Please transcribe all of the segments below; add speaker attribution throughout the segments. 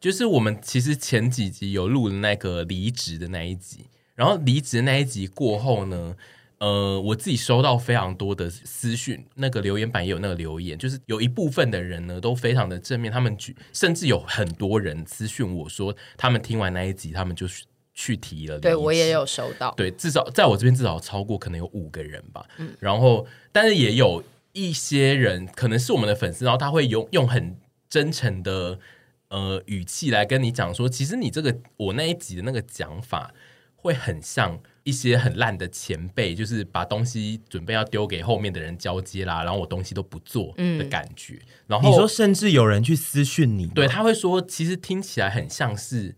Speaker 1: 就是我们其实前几集有录的那个离职的那一集，然后离职的那一集过后呢，呃，我自己收到非常多的私讯，那个留言板也有那个留言，就是有一部分的人呢都非常的正面，他们举甚至有很多人私讯我说，他们听完那一集，他们就去去提了离职。
Speaker 2: 对我也有收到，
Speaker 1: 对，至少在我这边至少超过可能有五个人吧。然后，但是也有一些人可能是我们的粉丝，然后他会用用很真诚的呃语气来跟你讲说，其实你这个我那一集的那个讲法会很像。一些很烂的前辈，就是把东西准备要丢给后面的人交接啦，然后我东西都不做的感觉。然后
Speaker 3: 你说，甚至有人去私讯你，
Speaker 1: 哦对，，他会说，其实听起来很像是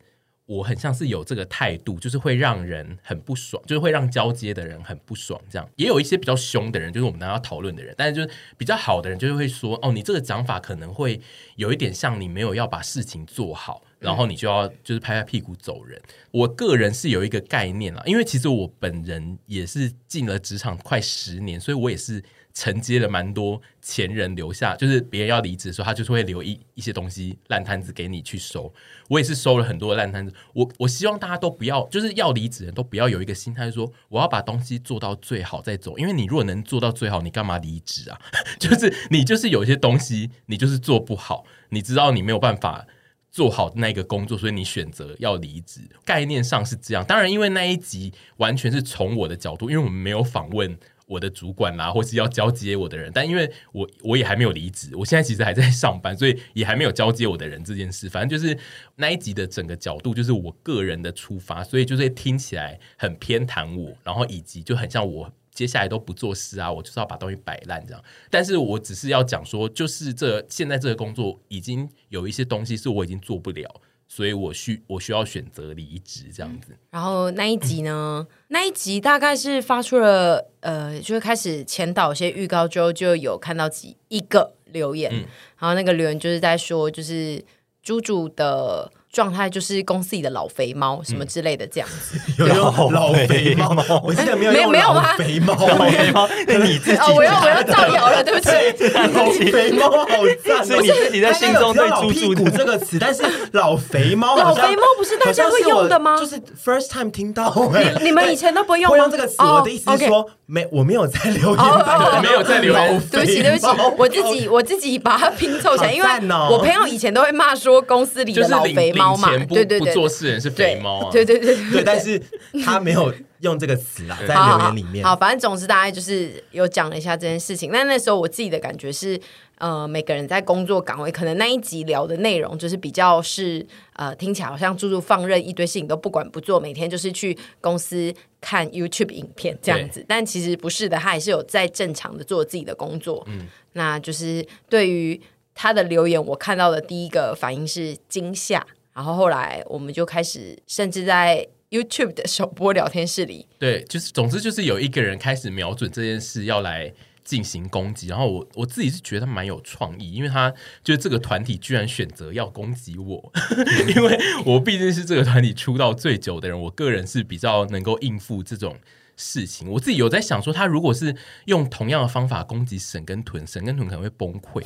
Speaker 1: 我，很像是有这个态度，就是会让人很不爽，就是会让交接的人很不爽。这样也有一些比较凶的人，就是我们刚刚要讨论的人，但是就是比较好的人，就是会说，哦，你这个讲法可能会有一点像你没有要把事情做好。然后你就要就是拍拍屁股走人。我个人是有一个概念啦，因为其实我本人也是进了职场快十年，所以我也是承接了蛮多前人留下，就是别人要离职的时候，他就是会留一一些东西烂摊子给你去收。我也是收了很多烂摊子。我我希望大家都不要，就是要离职的人都不要有一个心态说我要把东西做到最好再走，因为你如果能做到最好，你干嘛离职啊？ 就是你就是有一些东西你就是做不好，你知道你没有办法。做好那个工作，所以你选择要离职，概念上是这样。当然，因为那一集完全是从我的角度，因为我们没有访问我的主管啦，或是要交接我的人，但因为我我也还没有离职，我现在其实还在上班，所以也还没有交接我的人这件事。反正就是那一集的整个角度，就是我个人的出发，所以就是听起来很偏袒我，然后以及就很像我接下来都不做事啊，我就是要把东西摆烂这样。但是我只是要讲说，就是这现在这个工作已经有一些东西是我已经做不了，所以我需我需要选择离职这样子。
Speaker 2: 然后那一集呢，那一集大概是发出了呃，就是开始前导一些预告之后，就有看到几一个留言，
Speaker 1: 嗯
Speaker 2: 然后那个留言就是在说，就是猪猪的状态就是公司里的老肥猫什么之类的这样子。
Speaker 3: 有老老肥猫，我记得没有
Speaker 2: 没有
Speaker 3: 用
Speaker 2: 没有啊
Speaker 3: 老
Speaker 2: 吗
Speaker 3: 肥猫，
Speaker 4: 老肥猫，那你自己
Speaker 2: 哦，我又我又造谣了，对不起。
Speaker 3: 老肥猫好赞哦，
Speaker 4: 是你自己在心中对猪
Speaker 3: 猪
Speaker 4: 猪
Speaker 3: 骨这个词，但是老肥猫好像，
Speaker 2: 老肥猫不是大家会用的吗哦
Speaker 3: 好像是我就是 first time 听到、欸，
Speaker 2: 你们以前都不会用吗
Speaker 3: 会用这个词。
Speaker 2: 哦
Speaker 3: 我的意思是
Speaker 2: OK
Speaker 3: 说，没我没有在留言
Speaker 2: 哦哦哦
Speaker 3: 板，
Speaker 2: 没
Speaker 1: 有在留言
Speaker 3: 老
Speaker 2: 对不起，对不
Speaker 3: 肥猫
Speaker 2: 起，我自己我自己把它拼凑起来，因为
Speaker 3: 好赞哦
Speaker 2: 我朋友以前都会骂说公司里
Speaker 1: 就
Speaker 2: 的
Speaker 1: 是
Speaker 2: 老
Speaker 1: 领
Speaker 2: 肥猫
Speaker 1: 领
Speaker 2: 嘛，
Speaker 1: 钱不
Speaker 2: 对对
Speaker 1: 不
Speaker 2: 对，
Speaker 1: 做事的人是
Speaker 2: 对
Speaker 1: 肥猫啊，
Speaker 2: 对对对
Speaker 3: 对，但是他没有用这个词啦，在
Speaker 2: 好好
Speaker 3: 留
Speaker 2: 好
Speaker 3: 言里面。
Speaker 2: 好，反正总之大家就是有讲了一下这件事情。那那时候我自己的感觉是，呃，每个人在工作岗位，可能那一集聊的内容就是比较是，呃，听起来好像猪猪放任一堆事情都不管不做，每天就是去公司看 YouTube 影片这样子。但其实不是的，他还是有在正常的做自己的工作。嗯，那就是对于他的留言，我看到的第一个反应是惊吓。然后后来我们就开始，甚至在 YouTube 的首播聊天室里
Speaker 1: 对，就是总之就是有一个人开始瞄准这件事要来进行攻击，然后我我自己是觉得蛮有创意，因为他就是这个团体居然选择要攻击我， 因为我毕竟是这个团体出道最久的人，我个人是比较能够应付这种。事情，我自己有在想说，他如果是用同样的方法攻击沈跟屯，沈跟屯可能会崩 溃，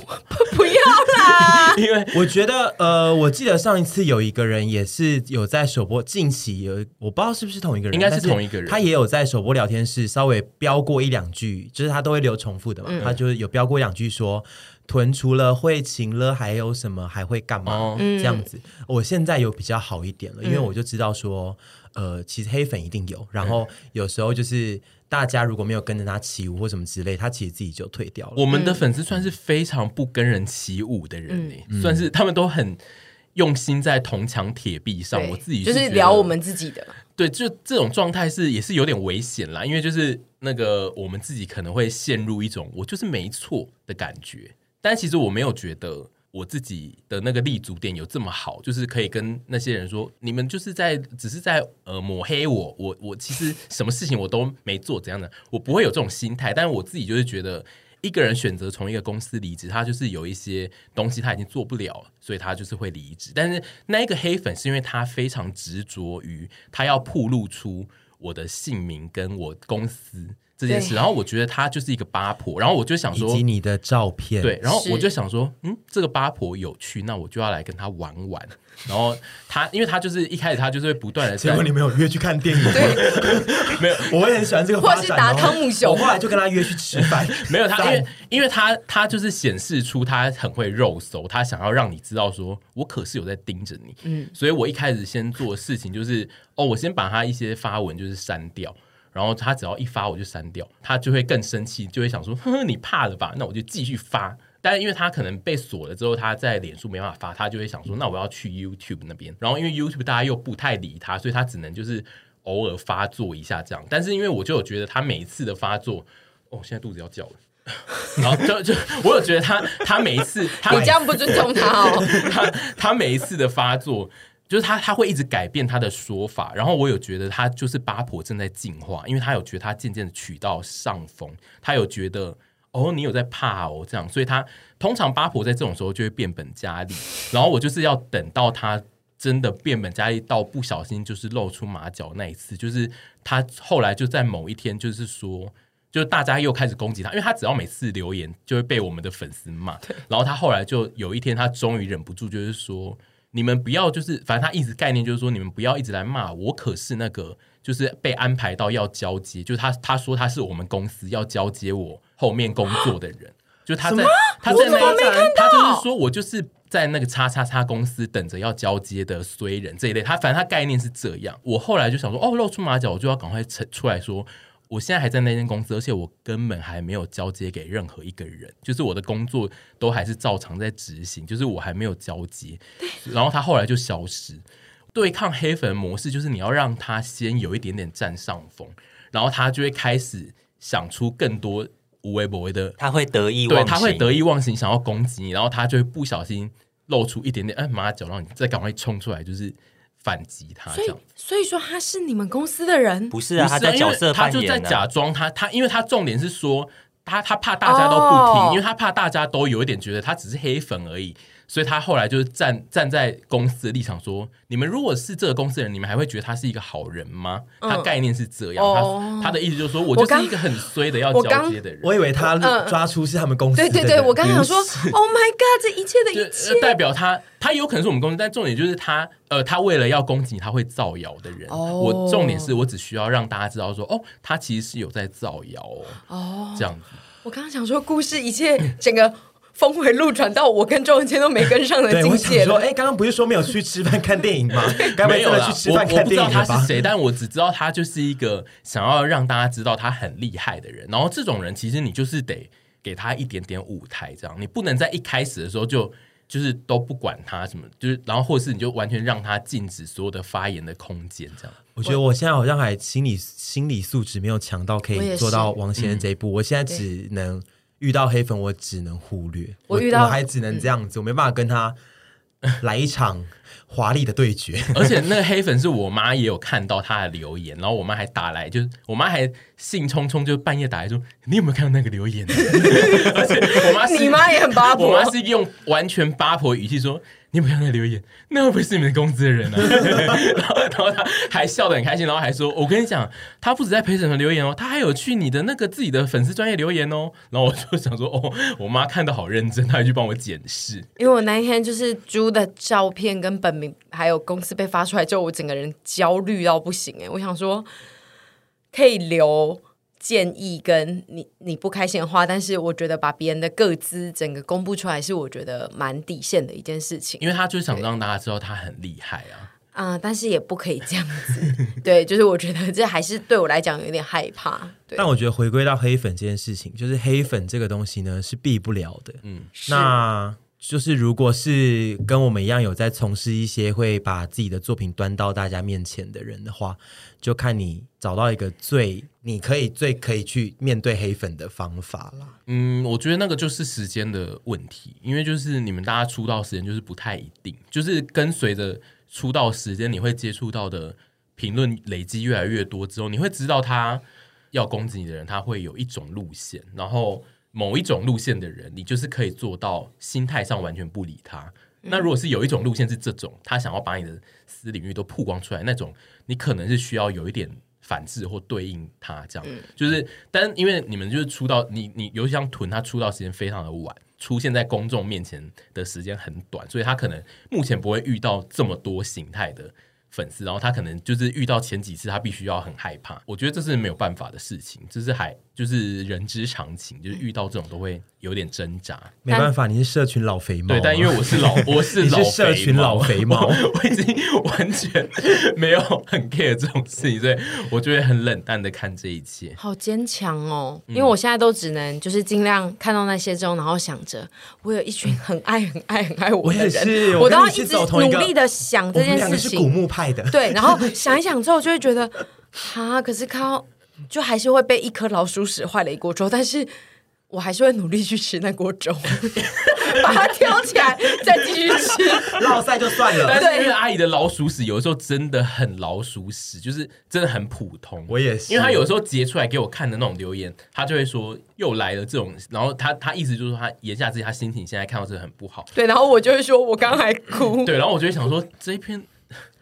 Speaker 2: 不要啦！
Speaker 1: 因为
Speaker 3: 我觉得，呃，我记得上一次有一个人也是有在首播，近期有我不知道是不是同一个人，
Speaker 1: 应该是
Speaker 3: 但
Speaker 1: 同一个人
Speaker 3: 他也有在首播聊天室稍微标过一两句，就是他都会留重复的嘛，
Speaker 1: 嗯
Speaker 3: 他就是有标过一两句说。囤除了会勤了，还有什么还会干嘛？
Speaker 1: 哦嗯
Speaker 3: 这样子，我现在有比较好一点了，因为我就知道说，呃，其实黑粉一定有，然后有时候就是大家如果没有跟着他起舞或什么之类，他其实自己就退掉了。
Speaker 1: 我们
Speaker 2: 嗯
Speaker 1: 的粉丝算是非常不跟人起舞的人呢、
Speaker 2: 嗯
Speaker 1: 算是他们都很用心在铜墙铁壁上。
Speaker 2: 对
Speaker 1: 我自己
Speaker 2: 就是
Speaker 1: 觉得
Speaker 2: 聊我们自己的，
Speaker 1: 对，就这种状态是也是有点危险啦，因为就是那个我们自己可能会陷入一种我就是没错的感觉，但其实我没有觉得我自己的那个立足点有这么好，就是可以跟那些人说，你们就是在只是在呃抹黑我，我我其实什么事情我都没做怎样的，我不会有这种心态，但是我自己就是觉得。一个人选择从一个公司离职，他就是有一些东西他已经做不了，所以他就是会离职。但是那一个黑粉是因为他非常执着于他要曝露出我的姓名跟我公司这件事。然后我觉得她就是一个八婆，然后我就想
Speaker 3: 以
Speaker 1: 说
Speaker 3: 及，你的照片，
Speaker 1: 对，然后
Speaker 2: 是
Speaker 1: 我就想说，嗯，这个八婆有趣，那我就要来跟她玩玩。然后她，因为她就是一开始她就是会不断的
Speaker 3: 结果你们有约去看电影吗？
Speaker 1: 没有，
Speaker 3: 我也很喜欢这个发 展哦，
Speaker 2: 或是打汤姆熊
Speaker 3: 我后来就跟他约去吃 饭，
Speaker 1: 没有他，因
Speaker 3: 赞
Speaker 1: 为因为他他就是显示出他很会肉搜，他想要让你知道说，我可是有在盯着你。嗯，所以我一开始先做的事情就是，哦，我先把他一些发文就是删掉，然后他只要一发我就删掉，他就会更生气，就会想说，呵呵，你怕了吧？那我就继续发。但是因为他可能被锁了之后，他在脸书没办法发，他就会想说，那我要去 YouTube 那边。然后因为 YouTube 大家又不太理他，所以他只能就是偶尔发作一下这样。但是因为我就有觉得他每一次的发作，哦，现在肚子要叫了。然后就就我有觉得他他每一次他
Speaker 2: 你这样不尊重他哦。
Speaker 1: 他他每一次的发作，就是他他会一直改变他的说法，然后我有觉得他就是八婆正在进化，因为他有觉得他渐渐的取到上风，他有觉得哦你有在怕哦这样，所以他通常八婆在这种时候就会变本加厉，然后我就是要等到他。真的变本加厉到不小心就是露出马脚那一次，就是他后来就在某一天就是说，就是大家又开始攻击他，因为他只要每次留言就会被我们的粉丝骂。然后他后来就有一天，他终于忍不住，就是说：“你们不要，就是反正他一直概念就是说，你们不要一直来骂我，可是那个就是被安排到要交接，就是他他说他是我们公司要交接我后面工作的人，就他在他在那
Speaker 3: 我怎么没看
Speaker 1: 他就是说我就是。”在那个叉叉叉公司等着要交接的衰人这一类，他反正他概念是这样。我后来就想说，哦，露出马脚，我就要赶快扯出来说，我现在还在那间公司，而且我根本还没有交接给任何一个人，就是我的工作都还是照常在执行，就是我还没有交接。然后他后来就消失。对抗黑粉模式就是你要让他先有一点点占上风，然后他就会开始想出更多无微不微 的
Speaker 4: 他会得意
Speaker 1: 对，
Speaker 4: 忘形，
Speaker 1: 他会得意忘形，想要攻击你，然后他就会不小心露出一点点哎马脚，让你再赶快冲出来，就是反击他
Speaker 2: 所
Speaker 1: 这
Speaker 2: 以
Speaker 1: 样。，
Speaker 2: 所以说他是你们公司的人，
Speaker 4: 不是啊，他在角色扮
Speaker 1: 因为他
Speaker 4: 演啊
Speaker 1: 就在假
Speaker 4: 呢，
Speaker 1: 装他他，因为他重点是说他他怕大家都不听
Speaker 2: 哦
Speaker 1: 因为他怕大家都有一点觉得他只是黑粉而已，所以他后来就是站站在公司的立场说，你们如果是这个公司的人，你们还会觉得他是一个好人吗？他概念是这样，
Speaker 2: 哦
Speaker 1: 他他的意思就是说我
Speaker 2: 我
Speaker 1: 就是
Speaker 2: 刚
Speaker 1: 一个很衰的要
Speaker 2: 我
Speaker 1: 交
Speaker 2: 刚
Speaker 1: 接的人。
Speaker 3: 我以为他
Speaker 2: 嗯
Speaker 3: 抓出是他们公司的
Speaker 2: 对
Speaker 3: 人，
Speaker 2: 对对，我刚想说，Oh my God，这一切的
Speaker 1: 就
Speaker 2: 一切
Speaker 1: 呃，代表他，他有可能是我们公司，但重点就是他，呃，他为了要攻击他会造谣的人。
Speaker 2: 哦
Speaker 1: 我重点是我只需要让大家知道说，哦，他其实是有在造谣哦，
Speaker 2: 哦，
Speaker 1: 这样子。
Speaker 2: 我刚刚想说，故事一切整个峰回路转到我跟周文谦都没跟上的
Speaker 3: 对，
Speaker 2: 境
Speaker 3: 我想
Speaker 2: 界
Speaker 3: 说，
Speaker 2: 了。
Speaker 3: 哎，刚刚不是说没有去吃饭看电影 吗？该不会
Speaker 1: 没有
Speaker 3: 真的
Speaker 1: 啦，
Speaker 3: 去吃
Speaker 1: 我
Speaker 3: 饭
Speaker 1: 我
Speaker 3: 看
Speaker 1: 不知
Speaker 3: 电
Speaker 1: 道
Speaker 3: 影了
Speaker 1: 他
Speaker 3: 吧
Speaker 1: 是？谁，但我只知道他就是一个想要让大家知道他很厉害的人。然后这种人，其实你就是得给他一点点舞台，这样你不能在一开始的时候就就是都不管他什么，就是然后或是你就完全让他禁止所有的发言的空间，这样。
Speaker 3: 我觉得我现在好像还心理心理素质没有强到可
Speaker 2: 我也
Speaker 3: 以
Speaker 2: 是
Speaker 3: 做到王先生这一步，我现在只能遇到黑粉，我只能忽略，
Speaker 2: 我
Speaker 3: 我
Speaker 2: 遇到嗯
Speaker 3: 我还只能这样子，我没办法跟他来一场华丽的对决。
Speaker 1: 而且那个黑粉是我妈也有看到他的留言，然后我妈还打来，就是我妈还兴冲冲就半夜打来说：“你有没有看到那个留言？”啊 而且我妈是
Speaker 2: 你妈也很八
Speaker 1: 我
Speaker 2: 婆
Speaker 1: 妈，是用完全八婆语气说：“你有没有看到那个留言？那会不会是你们公司的人啊？” 然后，然后她还笑得很开心，然后还说：“我跟你讲，她不止在陪审团留言哦，她还有去你的那个自己的粉丝专业留言哦。”然后我就想说：“哦，我妈看的好认真，她还去帮我检视。”
Speaker 2: 因为我那一天就是猪的照片跟本名还有公司被发出来之后，我整个人焦虑到不行哎、我想说可以留建议跟你你不开心的话，但是我觉得把别人的个资整个公布出来是我觉得蛮底线的一件事情。
Speaker 1: 因为她就是想让大家知道她很厉害啊。
Speaker 2: 啊、但是也不可以这样子。对，就是我觉得这还是对我来讲有点害怕。对，
Speaker 3: 但我觉得回归到黑粉这件事情，就是黑粉这个东西呢是避不了的。嗯，
Speaker 2: 是
Speaker 3: 那就是如果是跟我们一样有在从事一些会把自己的作品端到大家面前的人的话，就看你找到一个最你可以最可以去面对黑粉的方法啦。
Speaker 1: 嗯，我觉得那个就是时间的问题，因为就是你们大家出道时间就是不太一定，就是跟随着出道时间，你会接触到的评论累积越来越多之后，你会知道他要攻击你的人，他会有一种路线，然后某一种路线的人，你就是可以做到心态上完全不理他。那如果是有一种路线是这种，他想要把你的私领域都曝光出来，那种你可能是需要有一点反制或对应它，这样、就是，但因为你们就是出道，你你尤其像屯，他出道时间非常的晚，出现在公众面前的时间很短，所以他可能目前不会遇到这么多形态的粉丝，然后他可能就是遇到前几次，他必须要很害怕，我觉得这是没有办法的事情，这是还就是人之常情，就是遇到这种都会有点挣扎。
Speaker 3: 没办法，你是社群老肥猫啊。
Speaker 1: 对，但因为我是 老，我是
Speaker 3: 你是
Speaker 1: 老
Speaker 3: 社群老肥猫
Speaker 1: 我 我已经完全没有很 care 这种事情，所以我就会很冷淡的看这一切。
Speaker 2: 好坚强哦！
Speaker 3: 嗯
Speaker 2: 因为我现在都只能就是尽量看到那些之后，然后想着我有一群很爱、很爱、很爱我的
Speaker 3: 嗯我也是
Speaker 2: 人，
Speaker 3: 我
Speaker 2: 都
Speaker 3: 跟
Speaker 2: 要
Speaker 3: 你是
Speaker 2: 一直
Speaker 3: 走同一
Speaker 2: 努
Speaker 3: 个
Speaker 2: 力的想这
Speaker 3: 我们
Speaker 2: 件
Speaker 3: 两
Speaker 2: 事
Speaker 3: 个是古
Speaker 2: 情。
Speaker 3: 墓派 的，
Speaker 2: 对，然后想一想之后，就会觉得，哈，可是靠，就还是会被一颗老鼠屎坏了一锅粥，但是。我还是会努力去吃那锅粥， 把它挑起来，再继续吃。
Speaker 3: 落赛就算 了。
Speaker 1: 但是因为阿姨的老鼠屎有的时候真的很老鼠屎，就是真的很普通。
Speaker 3: 我也是
Speaker 1: 因为她有时候截出来给我看的那种留言，她就会说又来了这种，然后她她意思就是说她言下之意，她心情现在看到这个很不好。
Speaker 2: 对，然后我就会说，我刚刚还哭。
Speaker 1: 对，然后我就会想说这一篇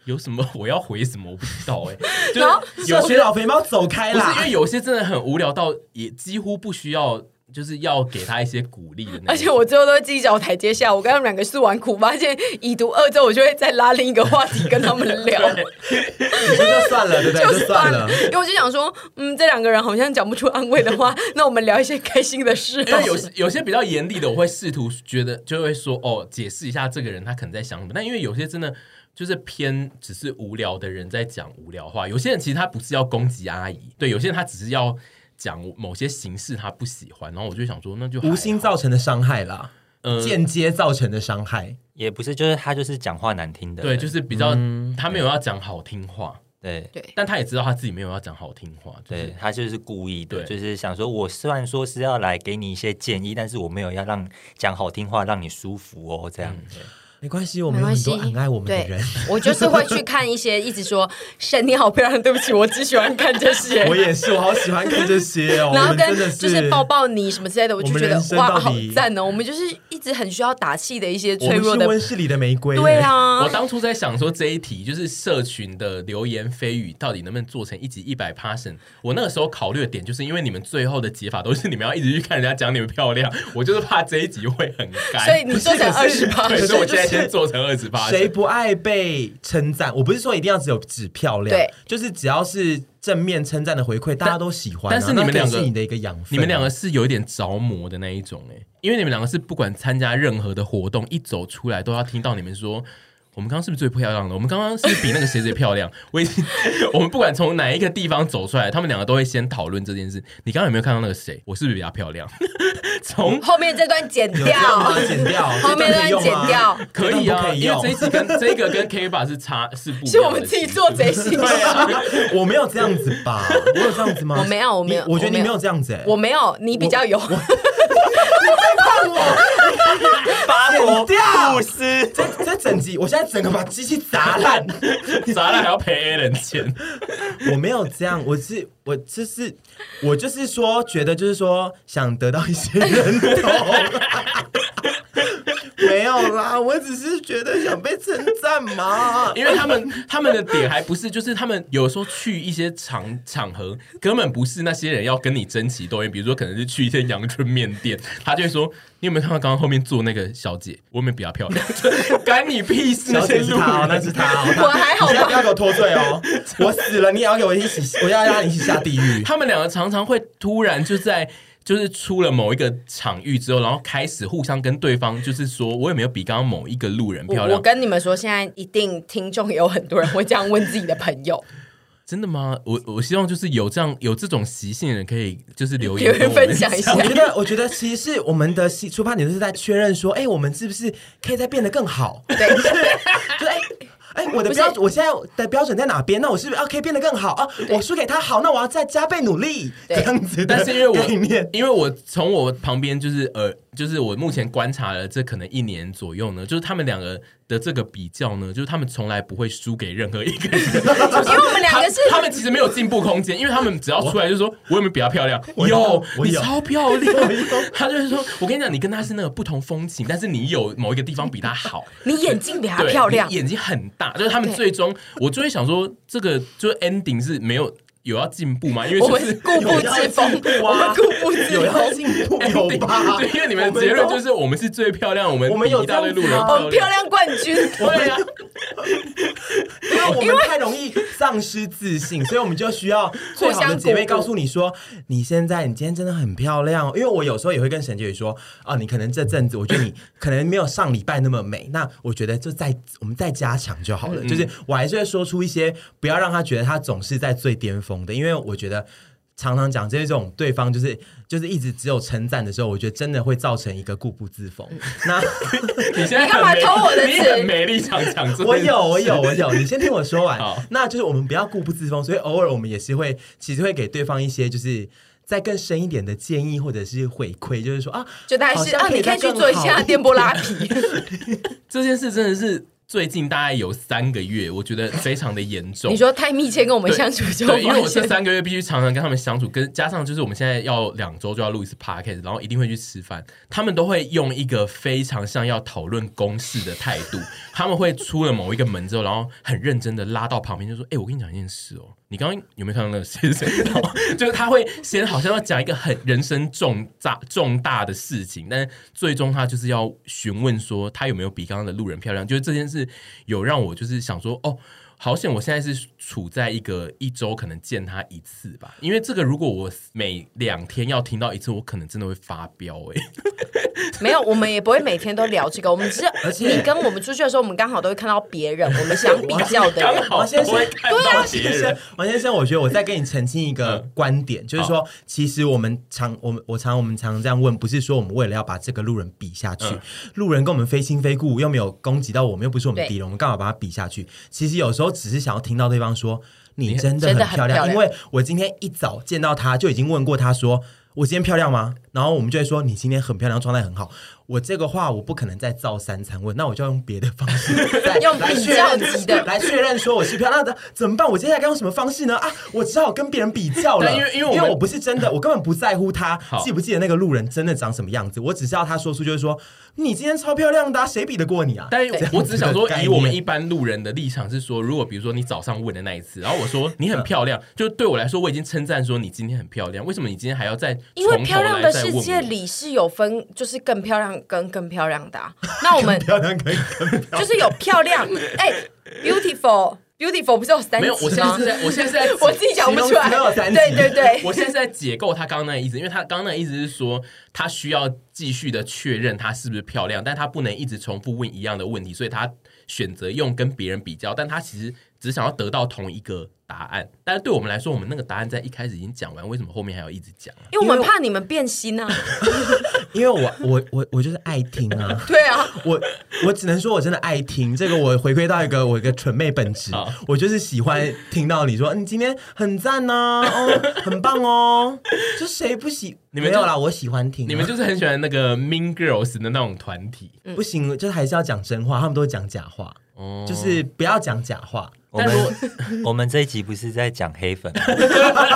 Speaker 1: 有什么 我要回什么，我不知道哎、就是
Speaker 2: 然后
Speaker 3: 有些老肥猫走开
Speaker 1: 不是因
Speaker 3: 啦
Speaker 1: 为。有些真的很无聊到也几乎不需要，就是要给他一些鼓励的那种。
Speaker 2: 而且我最后都会自己找台阶下。我跟他们两个诉完苦，发现已读二之后，我就会再拉另一个话题跟他们聊，
Speaker 3: 你说就算了，对不对？ 就算了。
Speaker 2: 因为我就想说，嗯，这两个人好像讲不出安慰的话，那我们聊一些开心的事哦
Speaker 1: 因
Speaker 2: 好
Speaker 1: 为有
Speaker 2: 了。
Speaker 1: 时有些比较严厉的，我会试图觉得就会说哦，解释一下这个人他可能在想什么。但因为有些真的就是偏只是无聊的人在讲无聊话，有些人其实他不是要攻击阿姨，对，有些人他只是要讲某些形式他不喜欢，然后我就想说那就还好
Speaker 3: 无心造成的伤害啦，
Speaker 1: 呃
Speaker 3: 间接造成的伤害。
Speaker 4: 也不是，就是他就是讲话难听的，
Speaker 1: 对，就是比较、
Speaker 3: 嗯
Speaker 1: 他没有要讲好听话，
Speaker 4: 对。
Speaker 2: 对，
Speaker 1: 但他也知道他自己没有要讲好听话，就是
Speaker 4: 对他就是故意的，
Speaker 1: 对
Speaker 4: 就是想说，我虽然说是要来给你一些建议，但是我没有要让讲好听话让你舒服哦，这样。
Speaker 1: 嗯
Speaker 3: 没关系，我
Speaker 2: 没
Speaker 3: 们有
Speaker 2: 关
Speaker 3: 很
Speaker 2: 系
Speaker 3: 多很爱我们的
Speaker 2: 对
Speaker 3: 人。，
Speaker 2: 我就是会去看一些一直说“神你好漂亮”，对不起，我只喜欢看这些
Speaker 3: 我。也是，我好喜欢看这 些哦。
Speaker 2: 然后
Speaker 3: 我们
Speaker 2: 跟
Speaker 3: 真的
Speaker 2: 就是抱抱你什么之类的，我就觉
Speaker 3: 我们
Speaker 2: 得
Speaker 3: 人生
Speaker 2: 哇，
Speaker 3: 到
Speaker 2: 好
Speaker 3: 底
Speaker 2: 赞哦！我们就是一直很需要打气的一些
Speaker 3: 我
Speaker 2: 脆
Speaker 3: 们
Speaker 2: 弱
Speaker 3: 是
Speaker 2: 的，
Speaker 3: 温室里的玫瑰。
Speaker 2: 对，啊，
Speaker 1: 我当初在想说这一题就是社群的流言蜚语到底能不能做成一集一百 passion。我那个时候考虑的点就是因为你们最后的解法都是你们要一直去看人家讲你们漂亮，我就是怕这一集会很干，
Speaker 2: 所以你做成二十 八，
Speaker 1: 对，所以我现在
Speaker 2: 就是
Speaker 1: 先做成二十 p
Speaker 3: 谁不爱被称赞？我不是说一定要只有只漂亮，
Speaker 2: 对，
Speaker 3: 就是只要是正面称赞的回馈，大家都喜欢啊。
Speaker 1: 但是你们
Speaker 3: 那
Speaker 1: 两
Speaker 3: 更
Speaker 1: 个
Speaker 3: 是你的一个养分啊，
Speaker 1: 你们两个是有一点着魔的那一种哎、因为你们两个是不管参加任何的活动，一走出来都要听到你们说。我们刚刚是不是最漂亮的？我们刚刚是不是比那个谁谁漂 亮？我已经，我们不管从哪一个地方走出来，他们两个都会先讨论这件事。你刚刚有没有看到那个谁？我是不是比他漂亮？从
Speaker 2: 后面这段剪
Speaker 3: 有这样
Speaker 2: 掉
Speaker 3: 吗，剪掉，
Speaker 2: 后面
Speaker 3: 这
Speaker 2: 那段
Speaker 3: 段可以用吗
Speaker 2: 剪掉
Speaker 1: 可以
Speaker 3: 这段
Speaker 1: 啊，
Speaker 3: 不可以
Speaker 1: 因为
Speaker 3: 用
Speaker 1: 这一集 跟这个跟 K 吧是差是不一样的
Speaker 2: 是我们自己做 贼心
Speaker 1: 对
Speaker 2: 虚。
Speaker 1: 啊
Speaker 3: 我没有这样子吧？我有这样子吗？
Speaker 2: 我没有我没有
Speaker 3: 你我觉
Speaker 2: 我
Speaker 3: 得
Speaker 2: 没有
Speaker 3: 你没有这样子、欸。
Speaker 2: 我没有，你比较有。
Speaker 4: 八婆
Speaker 3: 剪掉
Speaker 4: 布斯，
Speaker 3: 这这整集，我现在整个把机器砸烂。
Speaker 1: 砸了还要赔 A 人钱，
Speaker 3: 我没有这样，我是我就是我就是说，觉得就是说想得到一些认同。没有啦，我只是觉得想被称赞 嘛。
Speaker 1: 因为他们他们的点还不是，就是他们有时候去一些场场合，根本不是那些人要跟你争奇斗艳。比如说，可能是去一些阳春面店，他就会说：“你有没有看到刚刚后面坐那个小姐？我有没有比她漂亮？” 干你屁事！那
Speaker 3: 小
Speaker 1: 些
Speaker 3: 姐是
Speaker 1: 路
Speaker 3: 他、哦，那
Speaker 1: 人
Speaker 3: 是他、哦，他
Speaker 2: 我还好吧
Speaker 3: 你现在不 要给我脱罪哦！我死了，你也要给我一起， 我要让你一起下地狱。
Speaker 1: 他们两个常常会突然就在就是出了某一个场域之后，然后开始互相跟对方就是说我有没有比刚刚某一个路人漂
Speaker 2: 我我
Speaker 1: 亮？
Speaker 2: 跟你们说，现在一定听众有很多人会这样问自己的朋友，
Speaker 1: 真的吗？我我希望就是有这样有这种习性的人可以就是留言
Speaker 2: 有人分享一
Speaker 1: 下。
Speaker 2: 下
Speaker 3: 我。觉得，我觉得其实是我们的西出发点就是在确认说，哎、我们是不是可以再变得更好？
Speaker 2: 对，
Speaker 3: 就哎。哎、我的标，我现在的标准在哪边？那我是不是啊可以变得更好啊？我输给他好，那我要再加倍努力，
Speaker 2: 对
Speaker 3: 这样子的
Speaker 1: 但是因为
Speaker 3: 概
Speaker 1: 我
Speaker 3: 念，
Speaker 1: 因为我从我旁边就是呃，就是我目前观察了这可能一年左右呢，就是他们两个的这个比较呢，就是他们从来不会输给任何一个 人，
Speaker 2: 因为我们两个是
Speaker 1: 他他们其实没有进步空间，因为他们只要出来就说我有没有比她漂亮，
Speaker 3: 我
Speaker 1: 有
Speaker 3: 有，我
Speaker 1: 你
Speaker 3: 有
Speaker 1: 超漂 亮。他就是说，我跟你讲，你跟她是那个不同风情，但是你有某一个地方比她 好，
Speaker 2: 你眼睛比她
Speaker 1: 对
Speaker 2: 漂亮
Speaker 1: 你，眼睛很大，就是他们
Speaker 2: 对
Speaker 1: 最终，我就会想说，这个就是 ending 是没有。有要进步吗？因为
Speaker 2: 我
Speaker 1: 就
Speaker 2: 们是
Speaker 1: 是。
Speaker 2: 固步自封，我们固步自
Speaker 3: 有要
Speaker 2: 封。
Speaker 3: 进步有吧？
Speaker 1: 对，因为你们的结论就是是我们是最漂亮，我们
Speaker 3: 我们
Speaker 1: 比
Speaker 3: 有
Speaker 1: 一大堆路人
Speaker 3: 这样子吗
Speaker 2: 我们哦漂亮冠军，
Speaker 1: 对啊呀、
Speaker 3: 因为我们太容易丧失自信，所以我们就需要最好的姐妹告诉你说，你现在你今天真的很漂亮哦。因为我有时候也会跟沈姐姐说，啊，你可能这阵子我觉得你可能没有上礼拜那么美，那我觉得就再我们再加强就好了。就是我还是会说出一些不要让她觉得她总是在最巅峰的，因为我觉得。常常讲这种对方就是就是一直只有称赞的时候，我觉得真的会造成一个固步自封。那
Speaker 1: 你现在
Speaker 2: 你干嘛
Speaker 1: 很没
Speaker 2: 偷我 的
Speaker 1: 你
Speaker 2: 词
Speaker 1: 很没立场讲这件事
Speaker 3: 我有，我有，我有。你先听我说完
Speaker 1: 好。
Speaker 3: 那就是我们不要固步自封，所以偶尔我们也是会，其实会给对方一些就是。再更深一点的建议或者是回馈，就是说啊，
Speaker 2: 就大概
Speaker 3: 好
Speaker 2: 是
Speaker 3: 像
Speaker 2: 啊，你
Speaker 3: 再
Speaker 2: 可以去
Speaker 3: 更
Speaker 2: 做一
Speaker 3: 好
Speaker 2: 下电波 拉皮，
Speaker 1: 这件事真的是最近大概有三个月，我觉得非常的严重。
Speaker 2: 你说太密切跟我们
Speaker 1: 对
Speaker 2: 相处就
Speaker 1: 对，因为我这
Speaker 2: 发现
Speaker 1: 三个月必须常常跟他们相处，跟加上就是我们现在要两周就要录一次 podcast，然后一定会去吃饭，他们都会用一个非常像要讨论公事的态度，他们会出了某一个门之后，然后很认真的拉到旁边就说：“哎、我跟你讲一件事哦，你刚刚有没有看到那个谁谁 谁？”然后就是他会先好像要讲一个很人生重大重大的事情，但是最终他就是要询问说他有没有比刚刚的路人漂亮，就是这件事有让我就是想说哦。好险！我现在是处在一个一周可能见他一次吧，因为这个如果我每两天要听到一次，我可能真的会发飙哎、
Speaker 2: 没有，我们也不会每天都聊这个，我们只
Speaker 3: 而
Speaker 2: 是
Speaker 3: 且
Speaker 2: 你跟我们出去的时候，我们刚好都会看到别人，我们想比较的
Speaker 1: 刚
Speaker 2: 人。
Speaker 1: 好
Speaker 3: 王先生
Speaker 1: 都会看到
Speaker 2: 啊
Speaker 3: 啊 王
Speaker 1: 别
Speaker 3: 先
Speaker 1: 人
Speaker 3: 生，，王先生，我觉得我再跟你澄清一个观点，就是说，其实我们常我们我常我们常这样问，不是说我们为了要把这个路人比下去，
Speaker 1: 嗯
Speaker 3: 路人跟我们非亲非故，又没有攻击到我们，又不是我们
Speaker 2: 对
Speaker 3: 敌人，我们干嘛把他比下去？其实有时候只是想要听到对方说你真的
Speaker 2: 真
Speaker 3: 很
Speaker 2: 的很漂
Speaker 3: 漂亮，
Speaker 2: 亮
Speaker 3: 因为我今天一早见到他就已经问过他说。我今天漂亮吗？然后我们就会说你今天很漂亮，状态很好。我这个话我不可能再造三餐问，那我就要用别的方式再
Speaker 2: 用
Speaker 3: 来
Speaker 2: 比
Speaker 3: 确
Speaker 2: 较
Speaker 3: 认
Speaker 2: 级的
Speaker 3: 来确认说我是漂亮的，怎么办？我接下来该用什么方式呢？啊，我只好跟别人比较了，
Speaker 1: 对因为因为我
Speaker 3: 为
Speaker 1: 们
Speaker 3: 我不是真的，我根本不在乎他
Speaker 1: 好
Speaker 3: 记不记得那个路人真的长什么样子，我只是要他说出就是说你今天超漂亮的、啊，谁比得过你啊？
Speaker 1: 但
Speaker 3: 这样
Speaker 1: 是
Speaker 3: 子
Speaker 1: 我只是想说
Speaker 3: 的概，念
Speaker 1: 以我们一般路人的立场是说，如果比如说你早上问的那一次，然后我说你很漂 亮，就对我来说我已经称赞说你今天很漂亮，为什么你今天还要再
Speaker 2: 因为
Speaker 1: 从头
Speaker 2: 漂亮
Speaker 1: 来
Speaker 2: 的
Speaker 1: 再
Speaker 2: 世
Speaker 1: 问
Speaker 2: 界
Speaker 1: 我
Speaker 2: 里是有分，就是更漂亮跟更漂亮 的、啊。那我们
Speaker 3: 漂亮可以跟
Speaker 2: 就是有漂亮，哎、b e a u t i f u l beautiful 不是有三
Speaker 1: 没
Speaker 2: 级
Speaker 1: 有，我现在
Speaker 2: 吗？
Speaker 1: 是在，我现在是在
Speaker 2: 我自己讲不出来
Speaker 3: 形容词都有。三级
Speaker 2: 对对对，
Speaker 1: 我现在是在解构他刚刚那个意思，因为他刚刚那个意思是说，他需要继续的确认她是不是漂亮，但他不能一直重复问一样的问题，所以他选择用跟别人比较，但他其实只想要得到同一个答案。但是对我们来说，我们那个答案在一开始已经讲完，为什么后面还要一直讲啊？
Speaker 2: 因为我们怕你们变心啊。
Speaker 3: 因为我我我我就是爱听啊。
Speaker 2: 对啊，
Speaker 3: 我我只能说，我真的爱听这个。我回归到一个我一个蠢妹本质
Speaker 1: 好，
Speaker 3: 我就是喜欢听到你说，嗯，今天很赞呐、哦，很棒哦。 就谁不喜？
Speaker 1: 你们
Speaker 3: 没有
Speaker 1: 就
Speaker 3: 啦，我喜欢听啊、
Speaker 1: 你们就是很喜欢那个 Mean Girls 的那种团体，
Speaker 2: 嗯
Speaker 3: 不行，就是还是要讲真话，他们都讲假话，
Speaker 1: 哦
Speaker 3: 就是不要讲假话。
Speaker 4: 我们 我们这一集不是在讲黑粉吗，啊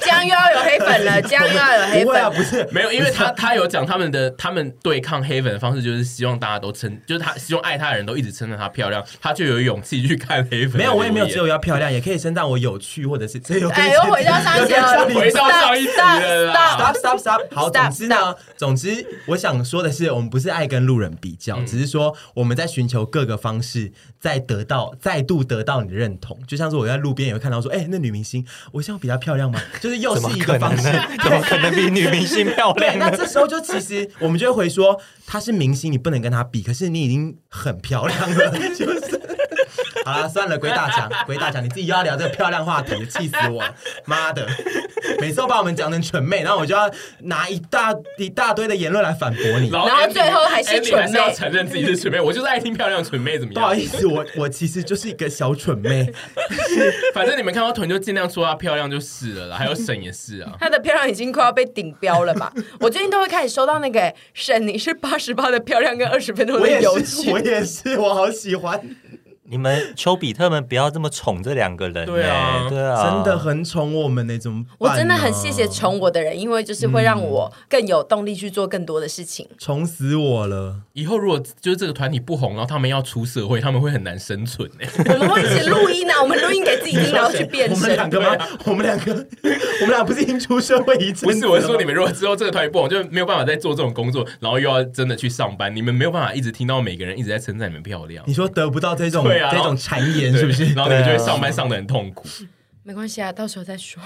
Speaker 2: 这样又要有黑粉了，这样又要有黑
Speaker 3: 不会
Speaker 2: 粉
Speaker 3: 啊，
Speaker 2: 了。
Speaker 3: 不是
Speaker 1: 没有，因为 他他有讲他们的他们对抗黑粉的方式，就是希望大家都称，就是他希望爱他的人都一直称赞她漂亮，他就有勇气去看黑粉的留言。
Speaker 3: 没有，我也没有只有要漂亮，也可以称赞我有趣，或者是
Speaker 1: 啊
Speaker 3: 这又可以
Speaker 2: 哎，又回到上一集 了，
Speaker 1: 回到上一集了啦
Speaker 3: stop stop stop。好，
Speaker 2: Stop,
Speaker 3: 总之呢，总之我想说的是，我们不是爱跟路人比
Speaker 4: 嗯
Speaker 3: 较，只是说我们在寻求各个方式，再得到再度得到你的认同。就像是我在路边也会看到说，哎、那女明星，我像比她漂亮吗？就是又
Speaker 4: 怎么
Speaker 3: 是一
Speaker 4: 可
Speaker 3: 个
Speaker 4: 能
Speaker 3: 方式
Speaker 4: 呢。？怎么可能比女明星漂
Speaker 3: 对，
Speaker 4: 亮
Speaker 3: 那
Speaker 4: 呢？
Speaker 3: 这时候就其实我们就会回说，她是明星，你不能跟她比，可是你已经很漂亮了， 就是。好啦，算了，鬼打墙，鬼打墙，你自己又要聊这个漂亮话题，气死我了！妈的，每次都把我们讲成蠢妹，然后我就要拿一大一大堆的言论来反驳你。
Speaker 2: 然后最后还是
Speaker 1: Andy
Speaker 2: 蠢妹，
Speaker 1: 还是要承认自己是蠢妹。我就是爱听漂亮蠢妹怎么
Speaker 3: 不好
Speaker 1: 样？
Speaker 3: 意思，我我其实就是一个小蠢妹，
Speaker 1: 反正你们看到臀就尽量说她漂亮就是了啦。还有沈也是啊
Speaker 2: 她的漂亮已经快要被顶标了吧？我最近都会开始收到那个哎沈，你是八十八的漂亮跟二十分钟
Speaker 3: 我
Speaker 2: 的
Speaker 3: 也
Speaker 2: 有
Speaker 3: 是，
Speaker 2: 趣
Speaker 3: 我。也是，我好喜欢。
Speaker 4: 你们丘比特们不要这么宠这两个人、欸，
Speaker 1: 对啊
Speaker 4: 对啊，
Speaker 3: 真的很宠我们呢、怎么办、啊
Speaker 2: 我真的很谢谢，宠我的人，因为就是会让我更有动力去做更多的事情。
Speaker 3: 宠死我了。
Speaker 1: 以后如果就是这个团体不红，然后他们要出社会，他们会很难生存哎、
Speaker 2: 我们会一起录音啊，我们录音给自己听，然后去变
Speaker 3: 我们两
Speaker 2: 身。啊
Speaker 3: 个吗？我们两个，我们俩不是已经出社会一 阵子
Speaker 1: 不
Speaker 3: 了吗？
Speaker 1: 是，我是说你们如果之后这个团体不红，就没有办法再做这种工作，然后又要真的去上班，你们没有办法一直听到每个人一直在称赞你们漂亮
Speaker 3: 你，说得不到这种、
Speaker 1: 对啊
Speaker 3: 这种谗言
Speaker 1: 对
Speaker 3: 是不是？
Speaker 1: 然后你们就
Speaker 4: 对啊
Speaker 1: 会上班上的很痛苦。
Speaker 2: 没关系啊，到时候再说。